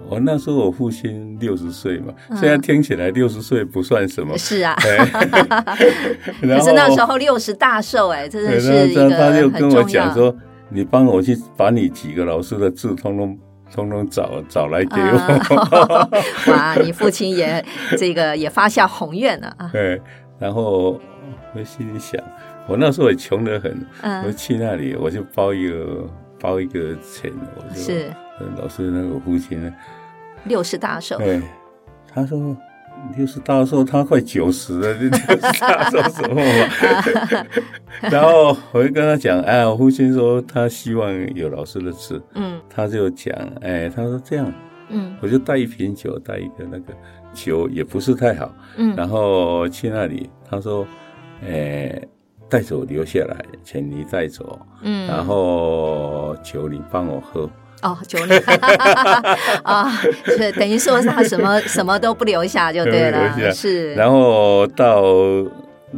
Speaker 2: 我哦那时候我父亲六十岁嘛，
Speaker 1: 嗯
Speaker 2: 虽然听起来六十岁不算什么，
Speaker 1: 是
Speaker 2: *laughs*
Speaker 1: 啊，
Speaker 2: 然
Speaker 1: 可
Speaker 2: 后
Speaker 1: 是那时候六十大寿哎、真的
Speaker 2: 对
Speaker 1: 是一
Speaker 2: 他
Speaker 1: 个
Speaker 2: 他他就跟我讲
Speaker 1: 很重要。
Speaker 2: 说，你帮我去把你几个老师的字通通通通找找来给我 *laughs*
Speaker 1: 啊。 *laughs* 哇，你父亲也这个也发下宏愿了啊！
Speaker 2: 对，然后 *laughs* 我心里想，我那时候也穷得很，
Speaker 1: 嗯
Speaker 2: 我去那里我就包一个包一个钱，我就，
Speaker 1: 是
Speaker 2: 呃老师那个父亲呢，
Speaker 1: 六十大寿，
Speaker 2: 哎，他说。六十大寿，他快九十了， *laughs* 你六十大寿什么
Speaker 1: *laughs*
Speaker 2: 嘛？然后我就跟他讲，哎，我父亲说他希望有老师的字，
Speaker 1: 嗯
Speaker 2: 他就讲，哎，他说这样，
Speaker 1: 嗯
Speaker 2: 我就带一瓶酒，带一个那个酒也不是太好，
Speaker 1: 嗯
Speaker 2: 然后去那里，他说，哎，带走留下来，钱你带走，
Speaker 1: 嗯，
Speaker 2: 然后酒你帮我喝，
Speaker 1: 哦，九零 *laughs* 啊，是等于说是他什么什么都不留下就
Speaker 2: *laughs*
Speaker 1: 对
Speaker 2: 都不留
Speaker 1: 了，
Speaker 2: 下
Speaker 1: 是，
Speaker 2: 然后到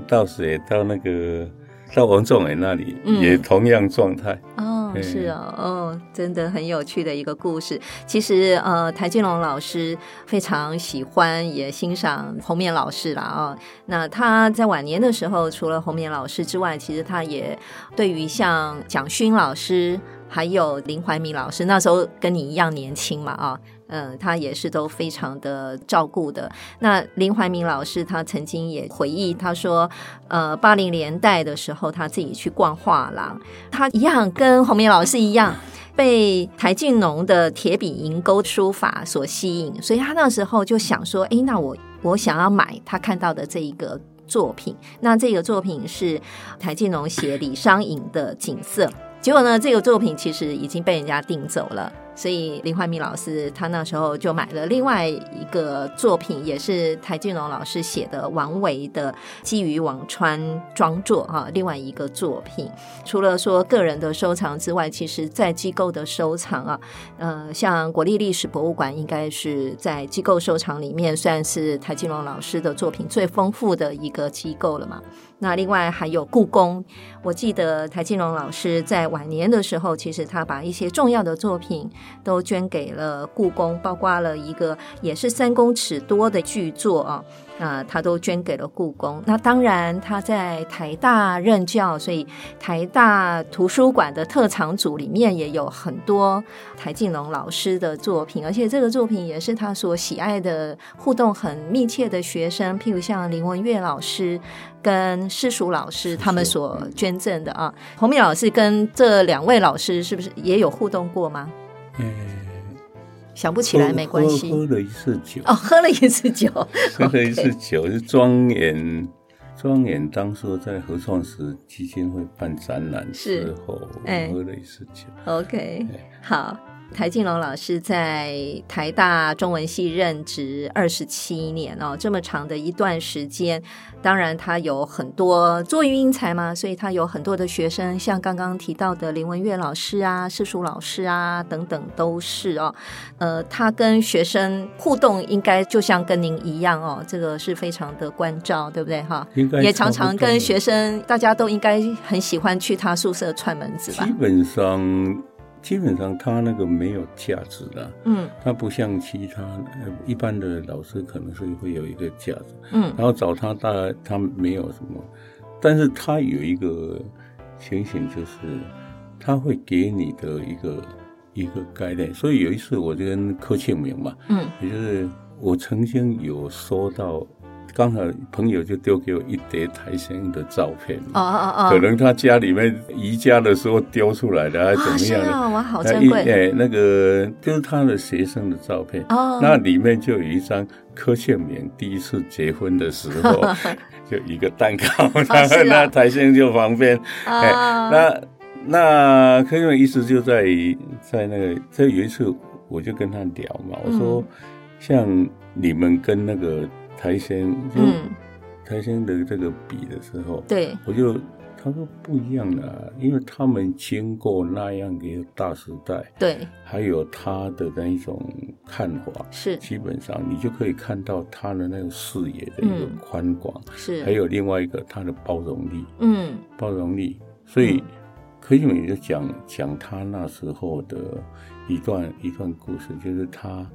Speaker 2: 到谁到那个到王仲伟那里、
Speaker 1: 嗯
Speaker 2: 也同样状态，
Speaker 1: 哦，
Speaker 2: 对
Speaker 1: 是哦，哦，真的很有趣的一个故事。其实呃，谭金龙老师非常喜欢也欣赏红棉老师啦啊、哦。那他在晚年的时候，除了红棉老师之外，其实他也对于像蒋勋老师还有林怀民老师，那时候跟你一样年轻嘛啊、嗯，他也是都非常的照顾的。那林怀民老师他曾经也回忆，他说，呃，八零年代的时候，他自己去逛画廊，他一样跟洪明老师一样，被台静农的铁笔银钩书法所吸引，所以他那时候就想说，诶，那我我想要买他看到的这一个作品。那这个作品是台静农写李商隐的《景色》，结果呢，这个作品其实已经被人家订走了。所以林怀民老师他那时候就买了另外一个作品，也是台静农老师写的王维的《基于辋川庄作》啊，另外一个作品。除了说个人的收藏之外，其实在机构的收藏啊，呃，像国立历史博物馆应该是在机构收藏里面算是台金龙老师的作品最丰富的一个机构了嘛。那另外还有故宫，我记得台金龙老师在晚年的时候，其实他把一些重要的作品都捐给了故宫，包括了一个也是三公尺多的巨作啊，啊、他都捐给了故宫。那当然，他在台大任教，所以台大图书馆的特藏组里面也有很多台静农老师的作品，而且这个作品也是他所喜爱的、互动很密切的学生，譬如像林文月老师跟施淑老师他们所捐赠的啊。洪敏老师跟这两位老师是不是也有互动过吗？
Speaker 2: 哎，
Speaker 1: 想不起来没关
Speaker 2: 喝
Speaker 1: 系
Speaker 2: 喝了一次酒，
Speaker 1: 哦，喝了一次酒， *laughs*
Speaker 2: 喝了一次酒是庄严。庄严当初在合创时基金会办展览之后，
Speaker 1: 哎
Speaker 2: 我喝了一次酒。
Speaker 1: OK，好。台静龙老师在台大中文系任职二十七年哦，这么长的一段时间，当然他有很多作育英才嘛，所以他有很多的学生，像刚刚提到的林文月老师啊、世淑老师啊等等都是哦。呃，他跟学生互动应该就像跟您一样哦，这个是非常的关照，对不对哈？
Speaker 2: 应该
Speaker 1: 也常
Speaker 2: 差
Speaker 1: 常
Speaker 2: 不多
Speaker 1: 跟学生，大家都应该很喜欢去他宿舍串门子吧
Speaker 2: 基？本上，基本上他那个没有价值的、
Speaker 1: 嗯
Speaker 2: 他不像其他呃一般的老师可能是会有一个价值。
Speaker 1: 嗯。
Speaker 2: 然后找他，大概他没有什么，但是他有一个情形，就是他会给你的一个一个概念。所以有一次，我就跟柯庆明嘛，
Speaker 1: 嗯
Speaker 2: 也就是我曾经有收到，刚好朋友就丢给我一叠台生的照片
Speaker 1: 哦
Speaker 2: 嘛，
Speaker 1: 哦哦，
Speaker 2: 可能他家里面宜家的时候丢出来的，还是
Speaker 1: 啊，
Speaker 2: 怎么
Speaker 1: 是
Speaker 2: 样的。
Speaker 1: 啊，我好
Speaker 2: 那
Speaker 1: 珍
Speaker 2: 一
Speaker 1: 贵
Speaker 2: 哎，那个就是他的学生的照片，
Speaker 1: 哦。
Speaker 2: 哎
Speaker 1: *laughs*
Speaker 2: 那里面就有一张柯倩敏第一次结婚的时候，
Speaker 1: *laughs* 啊
Speaker 2: 就一个蛋糕，然
Speaker 1: 是
Speaker 2: 后
Speaker 1: 啊
Speaker 2: 那台先就旁边，哎
Speaker 1: 啊，
Speaker 2: 那那柯倩敏意思就在在那个，这有一次我就跟他聊嘛，我说、
Speaker 1: 嗯
Speaker 2: 像你们跟那个台先，就
Speaker 1: 嗯，
Speaker 2: 台先的这个比的时候，
Speaker 1: 对，
Speaker 2: 我就。他说不一样的、因为他们经过那样一个大时代，
Speaker 1: 对，
Speaker 2: 还有他的那一种看法，
Speaker 1: 是
Speaker 2: 基本上你就可以看到他的那个视野的一个
Speaker 1: 嗯
Speaker 2: 宽广，
Speaker 1: 是，
Speaker 2: 还有另外一个他的包容力，
Speaker 1: 嗯
Speaker 2: 包容力。所以
Speaker 1: 嗯
Speaker 2: 柯俊美就讲讲他那时候的一段一段故事，就是他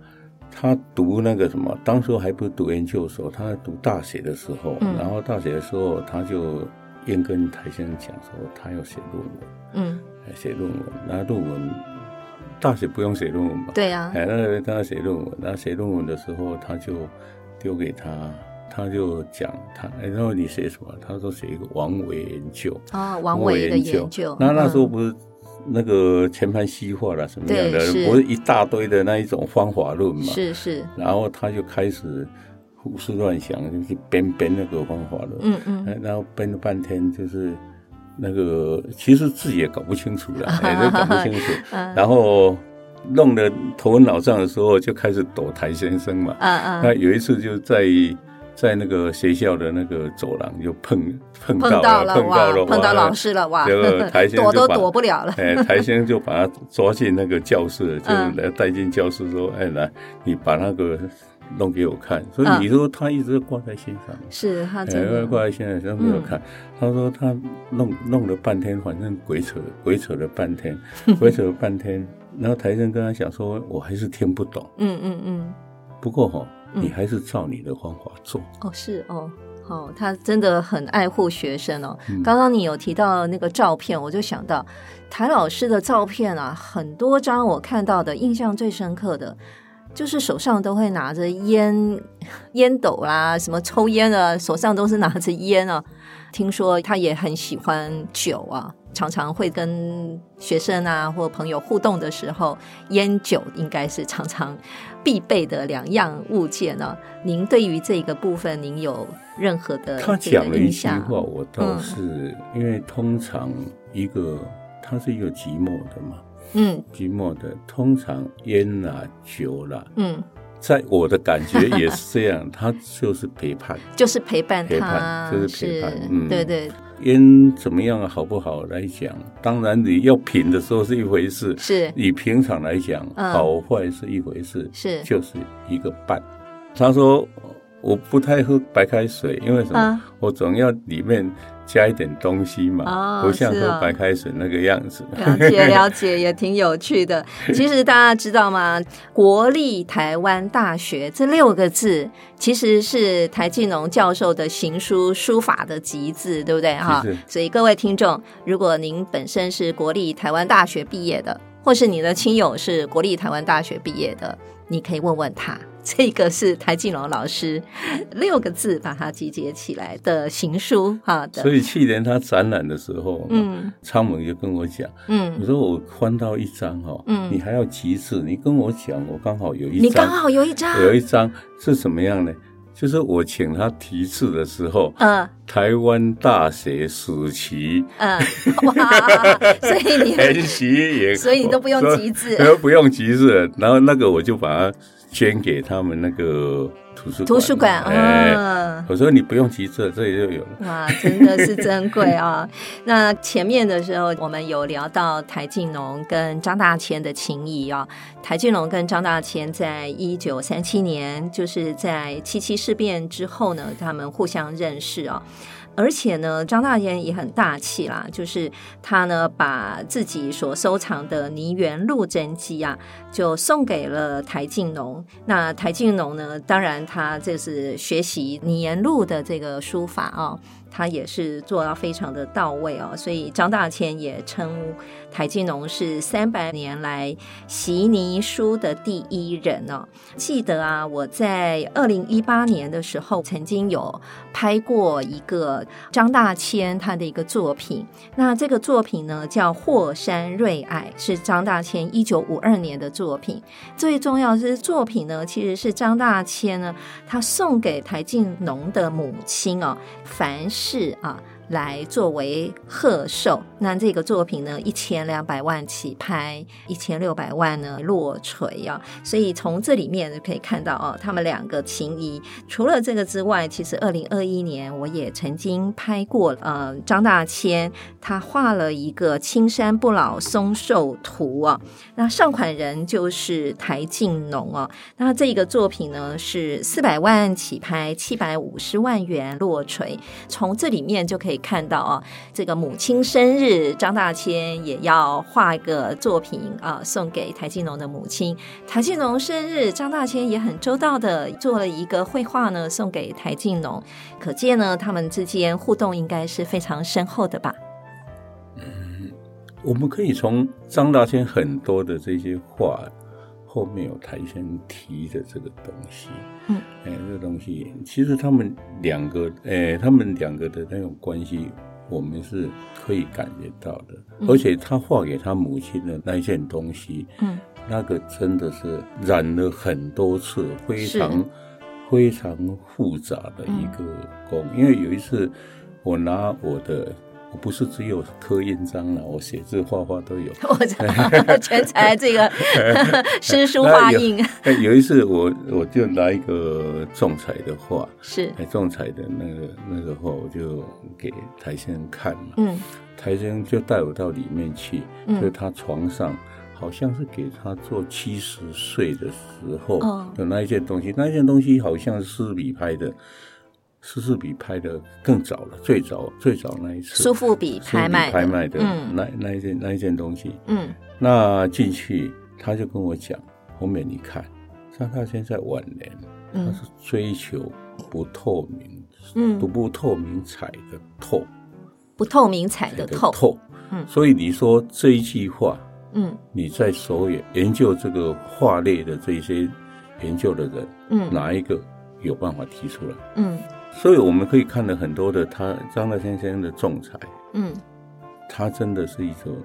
Speaker 2: 他读那个什么，当时候还不是读研究所，他在读大学的时候，
Speaker 1: 嗯
Speaker 2: 然后大学的时候他就硬跟台先生讲说他要写论文。
Speaker 1: 嗯，
Speaker 2: 哎写论文，然后论文大学不用写论文嘛，
Speaker 1: 对啊，
Speaker 2: 哎，那他写论文，那写论文的时候，他就丢给他，他就讲他，哎，然后你写什么？他说写一个王维研究，
Speaker 1: 哦啊，王维的研究，
Speaker 2: 那那时候
Speaker 1: 嗯
Speaker 2: 不是那个全盘西化了什么样
Speaker 1: 对
Speaker 2: 的
Speaker 1: 嗯是，
Speaker 2: 不是一大堆的那一种方法论嘛？
Speaker 1: 是是，
Speaker 2: 然后他就开始胡思乱想，就去编编那个方法论。
Speaker 1: 嗯嗯，
Speaker 2: 哎然后编了半天，就是那个其实自己也搞不清楚了，也都搞不清楚。
Speaker 1: *laughs* 嗯
Speaker 2: 然后弄得头昏脑胀的时候，就开始抖台先生嘛。
Speaker 1: 嗯
Speaker 2: 那
Speaker 1: 嗯，
Speaker 2: 有一次就在在那个学校的那个走廊就碰碰
Speaker 1: 碰
Speaker 2: 到
Speaker 1: 到
Speaker 2: 了，
Speaker 1: 了哇，
Speaker 2: 了，
Speaker 1: 碰到
Speaker 2: 哇
Speaker 1: 老师了哇
Speaker 2: 结果，
Speaker 1: *laughs*
Speaker 2: 台先
Speaker 1: 躲都
Speaker 2: 就把
Speaker 1: 躲不了了，
Speaker 2: 哎，台先就把他抓进那个教室，就
Speaker 1: 嗯
Speaker 2: 来带进教室说：“哎，来，你把那个弄给我看。”所以
Speaker 1: 嗯
Speaker 2: 你说他一直挂在心上，
Speaker 1: 是他真
Speaker 2: 哎，
Speaker 1: 的嗯
Speaker 2: 挂在心上都没有看。他说他弄弄了半天，反正鬼扯鬼扯了半
Speaker 1: *laughs*
Speaker 2: 天，鬼扯了半天。然后台生跟他讲说：“我还是听不懂，
Speaker 1: 嗯嗯嗯，
Speaker 2: 不过哈、
Speaker 1: 嗯
Speaker 2: 你还是照你的方法做。
Speaker 1: 哦是哦。哦，他真的很爱护学生哦。
Speaker 2: 嗯
Speaker 1: 刚刚你有提到那个照片，我就想到台老师的照片啊，很多张我看到的，印象最深刻的就是手上都会拿着烟 *laughs* 烟斗啦，什么抽烟啊，手上都是拿着烟啊。听说他也很喜欢酒啊，常常会跟学生啊或朋友互动的时候，烟酒应该是常常必备的两样物件呢、您对于这个部分，您有任何的
Speaker 2: 他
Speaker 1: 这个
Speaker 2: 讲了一
Speaker 1: 印
Speaker 2: 句
Speaker 1: 象？
Speaker 2: 话，我倒
Speaker 1: 嗯
Speaker 2: 是、因为通常一个他是一个寂寞的嘛，
Speaker 1: 嗯
Speaker 2: 寂寞的通常烟啦、酒啦，
Speaker 1: 嗯，
Speaker 2: 在我的感觉也是
Speaker 1: *laughs*
Speaker 2: 这样，他就是陪伴。
Speaker 1: 就是陪伴
Speaker 2: 陪
Speaker 1: 他，
Speaker 2: 伴就是陪伴嗯
Speaker 1: 对对
Speaker 2: 烟怎么样好不好来讲，当然你要品的时候是一回事，
Speaker 1: 是
Speaker 2: 你平常来讲、
Speaker 1: 嗯
Speaker 2: 好坏是一回事，
Speaker 1: 是
Speaker 2: 就是一个伴。他说我不太喝白开水，因为什么？
Speaker 1: 啊
Speaker 2: 我总要里面加一点东西嘛，
Speaker 1: 哦
Speaker 2: 不像
Speaker 1: 是哦
Speaker 2: 喝白开水那个样子。
Speaker 1: *laughs* 了解了解，也挺有趣的。其实大家知道吗？国立台湾大学这六个字，其实是台静农教授的行书书法的集字，对不对哈
Speaker 2: 是是？
Speaker 1: 所以各位听众，如果您本身是国立台湾大学毕业的，或是你的亲友是国立台湾大学毕业的，你可以问问他。这个是台静农老师六个字把它集结起来的行书哈的，
Speaker 2: *laughs* 所以去年他展览的时候，
Speaker 1: 嗯
Speaker 2: 昌猛就跟我讲，
Speaker 1: 嗯
Speaker 2: 我，说我翻到一张哦，
Speaker 1: 嗯
Speaker 2: 你还要极致，你跟我讲，我刚好有一张，
Speaker 1: 你刚好有一张，
Speaker 2: 有一张是什么样呢？就是我请他题字的时候，
Speaker 1: 嗯。
Speaker 2: 台湾大学暑期
Speaker 1: 嗯，哇，所以
Speaker 2: 研
Speaker 1: 你，
Speaker 2: 习也，
Speaker 1: 所以你都不用集字
Speaker 2: *laughs* 都不用集字，然后那个我就把它捐给他们那个图书馆
Speaker 1: 图书馆，
Speaker 2: 哎，
Speaker 1: 嗯。
Speaker 2: 我说你不用集字，这里就有了。
Speaker 1: 哇，真的是珍贵啊！那前面的时候，我们有聊到台静农跟张大千的情谊啊。台静农跟张大千在一九三七年，就是在七七事变之后呢，他们互相认识啊。而且呢，张大千也很大气啦，就是他呢把自己所收藏的泥园路真迹啊，就送给了台静农。那台静农呢，当然他这是学习泥岩路的这个书法哦，他也是做到非常的到位哦。所以张大千也称台静农是三百年来习泥书的第一人哦。记得啊，我在二零一八年的时候曾经有拍过一个张大千他的一个作品，那这个作品呢叫《霍山瑞霭》，是张大千一九五二年的作品。最重要的是作品呢，其实是张大千呢他送给台静农的母亲哦，樊氏啊。来作为贺寿，那这个作品呢，一千两百万起拍，一千六百万呢落锤啊，所以从这里面就可以看到哦，他们两个情谊。除了这个之外，其实二零二一年我也曾经拍过，呃，张大千他画了一个青山不老松寿图啊，那上款人就是台静农哦。那这个作品呢是四百万起拍，七百五十万元落锤。从这里面就可以看到啊，这个母亲生日，张大千也要画一个作品啊、送给台静农的母亲。台静农生日，张大千也很周到的做了一个绘画呢，送给台静农。可见呢，他们之间互动应该是非常深厚的吧？
Speaker 2: 我们可以从张大千很多的这些话后面有台先提的这个东西，
Speaker 1: 嗯，
Speaker 2: 哎，这个东西其实他们两个，哎，他们两个的那种关系，我们是可以感觉到的。
Speaker 1: 嗯
Speaker 2: 而且他画给他母亲的那一件东西，
Speaker 1: 嗯 *laughs*
Speaker 2: 那个真的是染了很多次，非常
Speaker 1: 是
Speaker 2: 非常复杂的一个工。因为有一次，我拿我的，我不是只有刻印章了，我写字画画都有。 *laughs*
Speaker 1: 我操，全才这个 *laughs* 诗书画印
Speaker 2: 哎有一次我我就拿一个仲裁的画，
Speaker 1: 是，
Speaker 2: 哎，仲裁的那个那个画，我就给台先生看嘛。
Speaker 1: 嗯
Speaker 2: 台生就带我到里面去，
Speaker 1: 嗯
Speaker 2: 就他床上，好像是给他做七十岁的时候、
Speaker 1: 哦
Speaker 2: 有那一件东西，那一件东西好像是比拍的，是是比拍的更早了，最早最早那一次
Speaker 1: 苏富比
Speaker 2: 苏富比
Speaker 1: 拍卖的
Speaker 2: 拍卖的、
Speaker 1: 嗯
Speaker 2: 那那一件那一件东西，
Speaker 1: 嗯
Speaker 2: 那进去他就跟我讲，红美你看，张大千在晚年他
Speaker 1: 嗯
Speaker 2: 是追求不透明，
Speaker 1: 嗯
Speaker 2: 不不透明彩的透。
Speaker 1: 不透明彩
Speaker 2: 才
Speaker 1: 的
Speaker 2: 得
Speaker 1: 透，嗯
Speaker 2: 所以你说这一句话，
Speaker 1: 嗯
Speaker 2: 你在首演研究这个画类的这些研究的人，
Speaker 1: 嗯
Speaker 2: 哪一个有办法提出来？
Speaker 1: 嗯
Speaker 2: 所以我们可以看到很多的他张大千先生的仲裁，
Speaker 1: 嗯
Speaker 2: 他真的是一种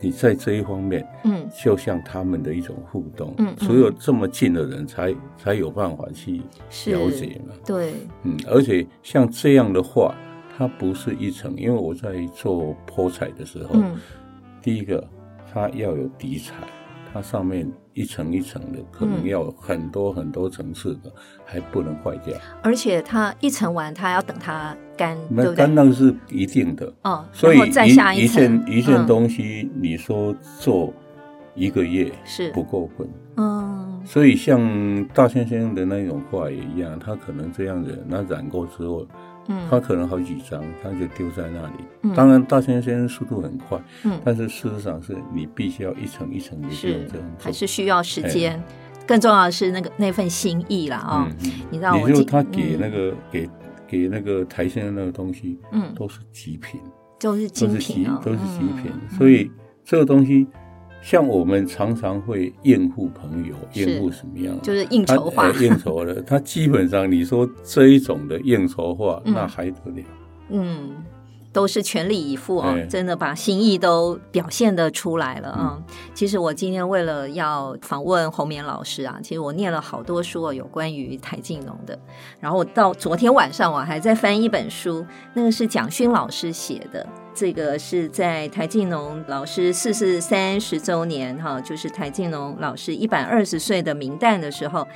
Speaker 2: 你在这一方面，
Speaker 1: 嗯，
Speaker 2: 就像他们的一种互动，
Speaker 1: 嗯嗯
Speaker 2: 所有这么近的人才才有办法去
Speaker 1: 是
Speaker 2: 了解嘛。
Speaker 1: 对，
Speaker 2: 嗯，而且像这样的画，它不是一层，因为我在做泼彩的时候，
Speaker 1: 嗯
Speaker 2: 第一个它要有底彩，它上面一层一层的，可
Speaker 1: 嗯
Speaker 2: 能要有很多很多层次的，还不能坏掉。
Speaker 1: 而且它一层完，它要等它干，对
Speaker 2: 那
Speaker 1: 不
Speaker 2: 干
Speaker 1: 对？
Speaker 2: 那是一定的，
Speaker 1: 哦，
Speaker 2: 所以
Speaker 1: 然后再
Speaker 2: 一
Speaker 1: 下
Speaker 2: 一
Speaker 1: 层
Speaker 2: 件一件
Speaker 1: 嗯
Speaker 2: 东西，你说做一个月
Speaker 1: 是
Speaker 2: 不过分。
Speaker 1: 嗯
Speaker 2: 所以像大先生的那种画也一样，他可能这样子，那染过之后，他
Speaker 1: 嗯
Speaker 2: 可能好几张，他就丢在那里。
Speaker 1: 嗯
Speaker 2: 当然，大先生速度很快，
Speaker 1: 嗯，
Speaker 2: 但是事实上是你必须要一层一层的这样
Speaker 1: 是
Speaker 2: 这样做，哎
Speaker 1: 还是需要时间，更重要的是那个那份心意啦啊。
Speaker 2: 嗯，嗯
Speaker 1: 你让我
Speaker 2: 也
Speaker 1: 记
Speaker 2: 就是他给
Speaker 1: 嗯
Speaker 2: 那个、给给那个台先生那个东西
Speaker 1: 嗯，
Speaker 2: 都是极品，
Speaker 1: 都是
Speaker 2: 都
Speaker 1: 精
Speaker 2: 是极
Speaker 1: 品啊，
Speaker 2: 都是极
Speaker 1: 嗯
Speaker 2: 品，所以这个东西。像我们常常会应付朋友，
Speaker 1: 是
Speaker 2: 应付什么样？
Speaker 1: 就是应酬
Speaker 2: 他
Speaker 1: 化
Speaker 2: 呃，应
Speaker 1: *laughs*
Speaker 2: 酬了。他基本上你说这一种的应酬化，
Speaker 1: 嗯
Speaker 2: 那还得了？
Speaker 1: 嗯，都是全力以赴啊、
Speaker 2: 哎
Speaker 1: 真的把心意都表现的出来了啊、其实我今天为了要访问侯冕老师啊，其实我念了好多书、哦、有关于台静农的，然后我到昨天晚上我还在翻一本书，那个是蒋勋老师写的。这个是在台静农老师逝世三十周年哈，就是台静农老师一百二十岁的明诞的时候，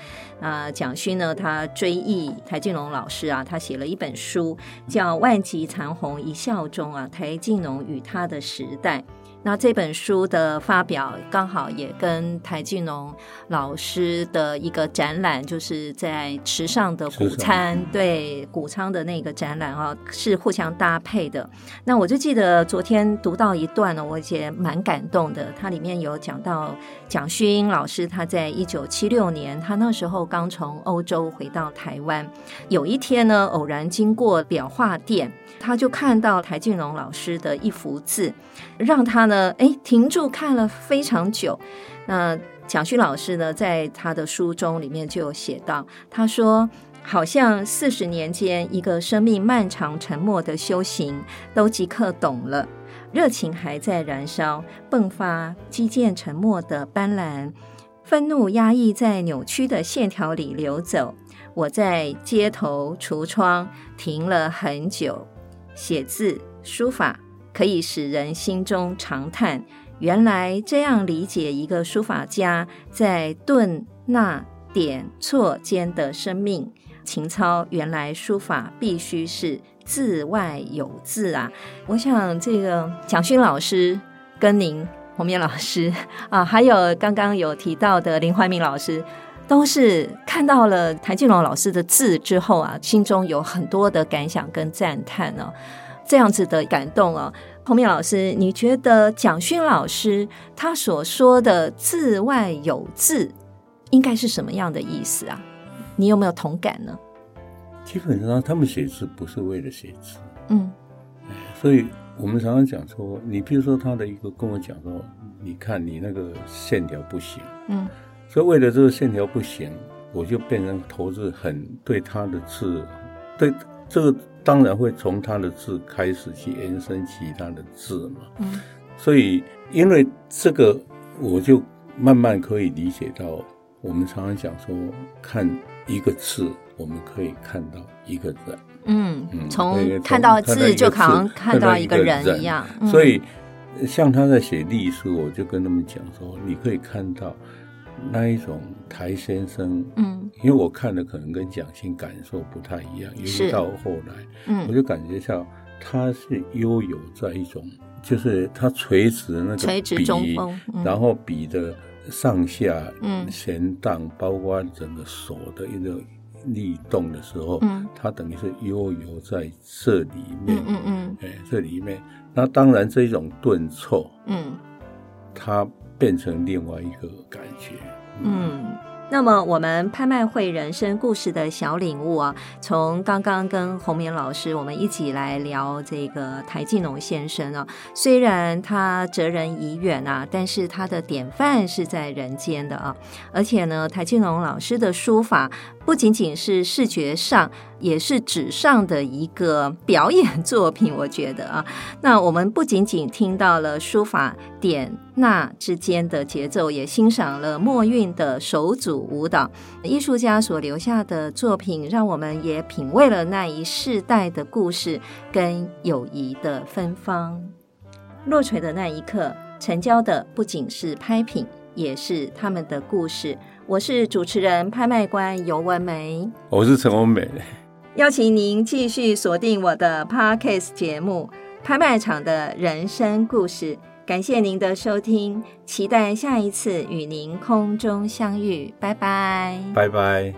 Speaker 1: 啊、蒋勋呢他追忆台静农老师啊，他写了一本书，叫《万级残红一笑中》啊，台静农与他的时代。那这本书的发表刚好也跟台静农老师的一个展览，就是在池上的谷
Speaker 2: 池上
Speaker 1: 餐，对谷仓的那个展览啊，是互相搭配的。那我就记得昨天读到一段呢，我也蛮感动的。它里面有讲到蒋勋老师，他在一九七六年，他那时候刚从欧洲回到台湾，有一天呢，偶然经过裱画店，他就看到台俊龙老师的一幅字，让他呢，哎，停住看了非常久。那蒋勋老师呢，在他的书中里面就有写到，他说。好像四十年间，一个生命漫长沉默的修行，都即刻懂了。热情还在燃烧，迸发激渐沉默的斑斓，愤怒压抑在扭曲的线条里流走。我在街头橱窗停了很久，写字书法可以使人心中长叹。原来这样理解一个书法家在顿捺点错间的生命。情操原来书法必须是字外有字啊！我想这个蒋勋老师跟您红棉老师啊，还有刚刚有提到的林怀民老师，都是看到了谭俊龙老师的字之后啊，心中有很多的感想跟赞叹哦，这样子的感动哦。红棉老师，你觉得蒋勋老师他所说的“字外有字”应该是什么样的意思啊？你有没有同感呢？
Speaker 2: 基本上他们写字不是为了写字，
Speaker 1: 嗯
Speaker 2: 所以我们常常讲说，你比如说他的一个跟我讲说，你看你那个线条不行，
Speaker 1: 嗯
Speaker 2: 所以为了这个线条不行，我就变成投资很对他的字，对这个当然会从他的字开始去延伸其他的字嘛。
Speaker 1: 嗯
Speaker 2: 所以，因为这个，我就慢慢可以理解到，我们常常讲说，看一个字，我们可以看到一个人。
Speaker 1: 嗯，
Speaker 2: 嗯
Speaker 1: 从
Speaker 2: 对
Speaker 1: 看到
Speaker 2: 从看到一
Speaker 1: 字
Speaker 2: 个
Speaker 1: 就好像
Speaker 2: 字
Speaker 1: 看到一个人
Speaker 2: 人
Speaker 1: 一样，嗯
Speaker 2: 所以，呃像他在写隶书，我就跟他们讲说，你可以看到那一种台先生，
Speaker 1: 嗯
Speaker 2: 因为我看的可能跟蒋欣感受不太一样，尤
Speaker 1: 是
Speaker 2: 其到后来，我
Speaker 1: 嗯，
Speaker 2: 就感觉到他是悠游在一种，就是他垂直的那个
Speaker 1: 垂直
Speaker 2: 笔
Speaker 1: 中锋嗯
Speaker 2: 然后笔的上下、
Speaker 1: 嗯
Speaker 2: 弦荡，包括整个手的一个律动的时候，
Speaker 1: 嗯
Speaker 2: 他等于是悠游在这里面，
Speaker 1: 嗯嗯嗯
Speaker 2: 哎，这里面，那当然这一种顿挫，
Speaker 1: 嗯
Speaker 2: 它变成另外一个感觉，
Speaker 1: 嗯。那么，我们拍卖会人生故事的小领悟啊，从刚刚跟洪明老师我们一起来聊这个台静农先生啊，虽然他哲人已远啊，但是他的典范是在人间的啊。而且呢，台静农老师的书法不仅仅是视觉上，也是纸上的一个表演作品。我觉得啊，那我们不仅仅听到了书法点捺之间的节奏，也欣赏了墨韵的手组舞蹈。艺术家所留下的作品，让我们也品味了那一世代的故事跟友谊的芬芳。落锤的那一刻，成交的不仅是拍品，也是他们的故事。我是主持人、拍卖官尤文梅。
Speaker 2: 我是陈文美。
Speaker 1: 邀请您继续锁定我的 Podcast 节目《拍卖场的人生故事》。感谢您的收听，期待下一次与您空中相遇，拜拜。
Speaker 2: 拜拜。